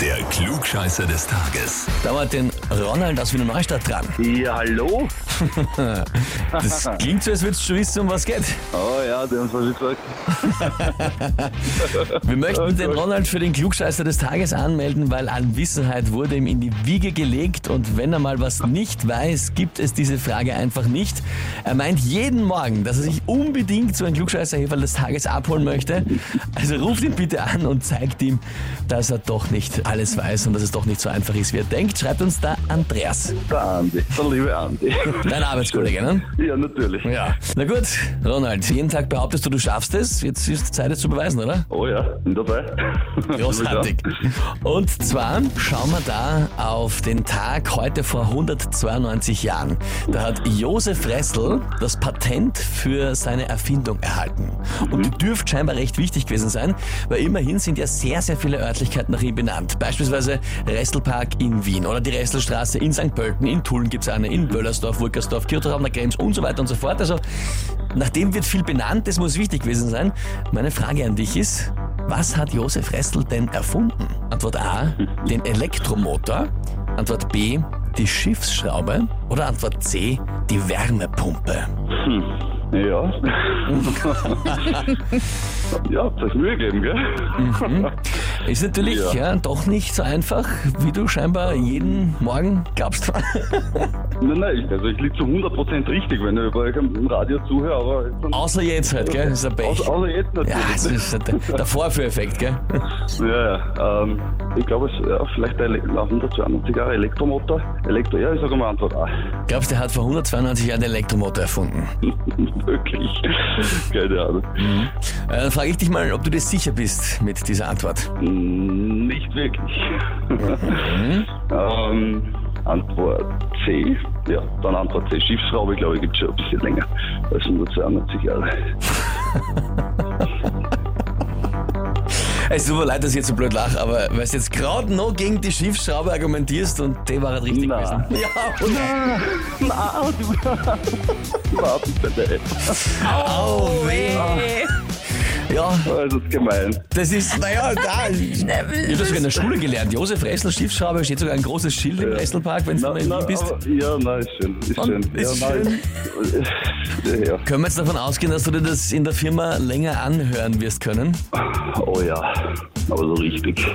Der Klugscheißer des Tages. Dauert den Ronald aus Wiener Neustadt dran. Ja, hallo? Das Ah. klingt so, als würdest du schon wissen, um was geht. Oh ja, die haben es schon gesagt. Wir möchten den Ronald für den Klugscheißer des Tages anmelden, weil Anwissenheit wurde ihm in die Wiege gelegt und wenn er mal was nicht weiß, gibt es diese Frage einfach nicht. Er meint jeden Morgen, dass er sich unbedingt so ein Klugscheißerheferl des Tages abholen möchte. Also ruft ihn bitte an und zeigt ihm, dass er doch nicht alles weiß und dass es doch nicht so einfach ist, wie er denkt. Schreibt uns da Andreas, Der Andi, der liebe Andi. dein Arbeitskollege, ne? ja, natürlich. Ja. Na gut, Ronald, jeden Tag behauptest du, du schaffst es. Jetzt ist Zeit, es zu beweisen, oder? Oh ja, bin dabei. Großartig. Und zwar schauen wir da auf den Tag heute vor 192 Jahren. Da hat Josef Ressel das Patent für seine Erfindung erhalten. Und die dürfte scheinbar recht wichtig gewesen sein, weil immerhin sind ja sehr, sehr viele Örtlichkeiten nach ihm benannt. Beispielsweise Resselpark in Wien oder die Resselstraße in St. Pölten, in Tulln gibt's eine, in Böllersdorf, Wurkersdorf, Kirchdorf an der Krems und so weiter und so fort. Also nachdem wird viel benannt, das muss wichtig gewesen sein. Meine Frage an dich ist, was hat Josef Ressel denn erfunden? Antwort A, den Elektromotor. Antwort B, die Schiffsschraube. Oder Antwort C, die Wärmepumpe. Ja. ja, habt euch Mühe gegeben, gell? Ist natürlich ja. Ja. doch nicht so einfach, wie du scheinbar jeden Morgen glaubst. Nein, nein, ich, also ich liege zu 100% richtig, wenn ich bei euch am Radio zuhöre, aber jetzt, Außer jetzt halt, gell? Das ist ein Pech. außer, außer jetzt Ja, das natürlich. ist der, der Vorführeffekt, gell? Ja, ja. Ähm, ich glaube, es ja, vielleicht der Ele- 192 Jahre Elektromotor. Elektro, ja, ich sage mal Antwort Ah, A. Glaubst du, der hat vor 192 Jahren den Elektromotor erfunden? Wirklich. Keine Ahnung. Äh, Dann frage ich dich mal, ob du dir sicher bist mit dieser Antwort. Mm, Nicht wirklich. Mhm. ähm, Antwort C. Ja, dann Antwort C. Schiffsschraube, glaube ich, gibt es schon ein bisschen länger als 192 Jahre. Es tut mir leid, dass ich jetzt so blöd lache, aber weil du jetzt gerade noch gegen die Schiffsschraube argumentierst und die war halt richtig Na. gewesen. Ja, und Nein, du Warte, bitte. oh, Ja, Oh, Das ist gemein. das ist, naja, da. Ich habe das sogar in der Schule gelernt. Josef Ressel, Schiffsschraube, steht sogar ein großes Schild im Resselpark, wenn du mal in Wien bist. aber, ja, nein, ist schön. Ist Und schön. ist ja, nein, ist- ja, Können wir jetzt davon ausgehen, dass du dir das in der Firma länger anhören wirst können? ja. Oh ja, aber so richtig.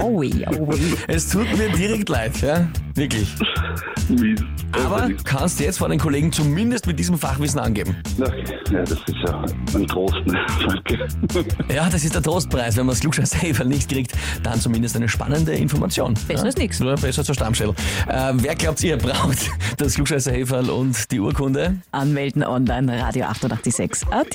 Aui, aui. Es tut mir direkt leid, ja? Wirklich. Mies. Aber kannst jetzt vor den Kollegen zumindest mit diesem Fachwissen angeben. Ja, ja, das ist ja ein Trost. Ne? Danke. Ja, das ist der Trostpreis. Wenn man das Glücksscheißheferl nicht kriegt, dann zumindest eine spannende Information. Besser ja? als nix. Nur besser zur Stammstelle. Äh, wer glaubt, ihr braucht das Glücksscheißheferl und die Urkunde? Anmelden online Radio 886 AT.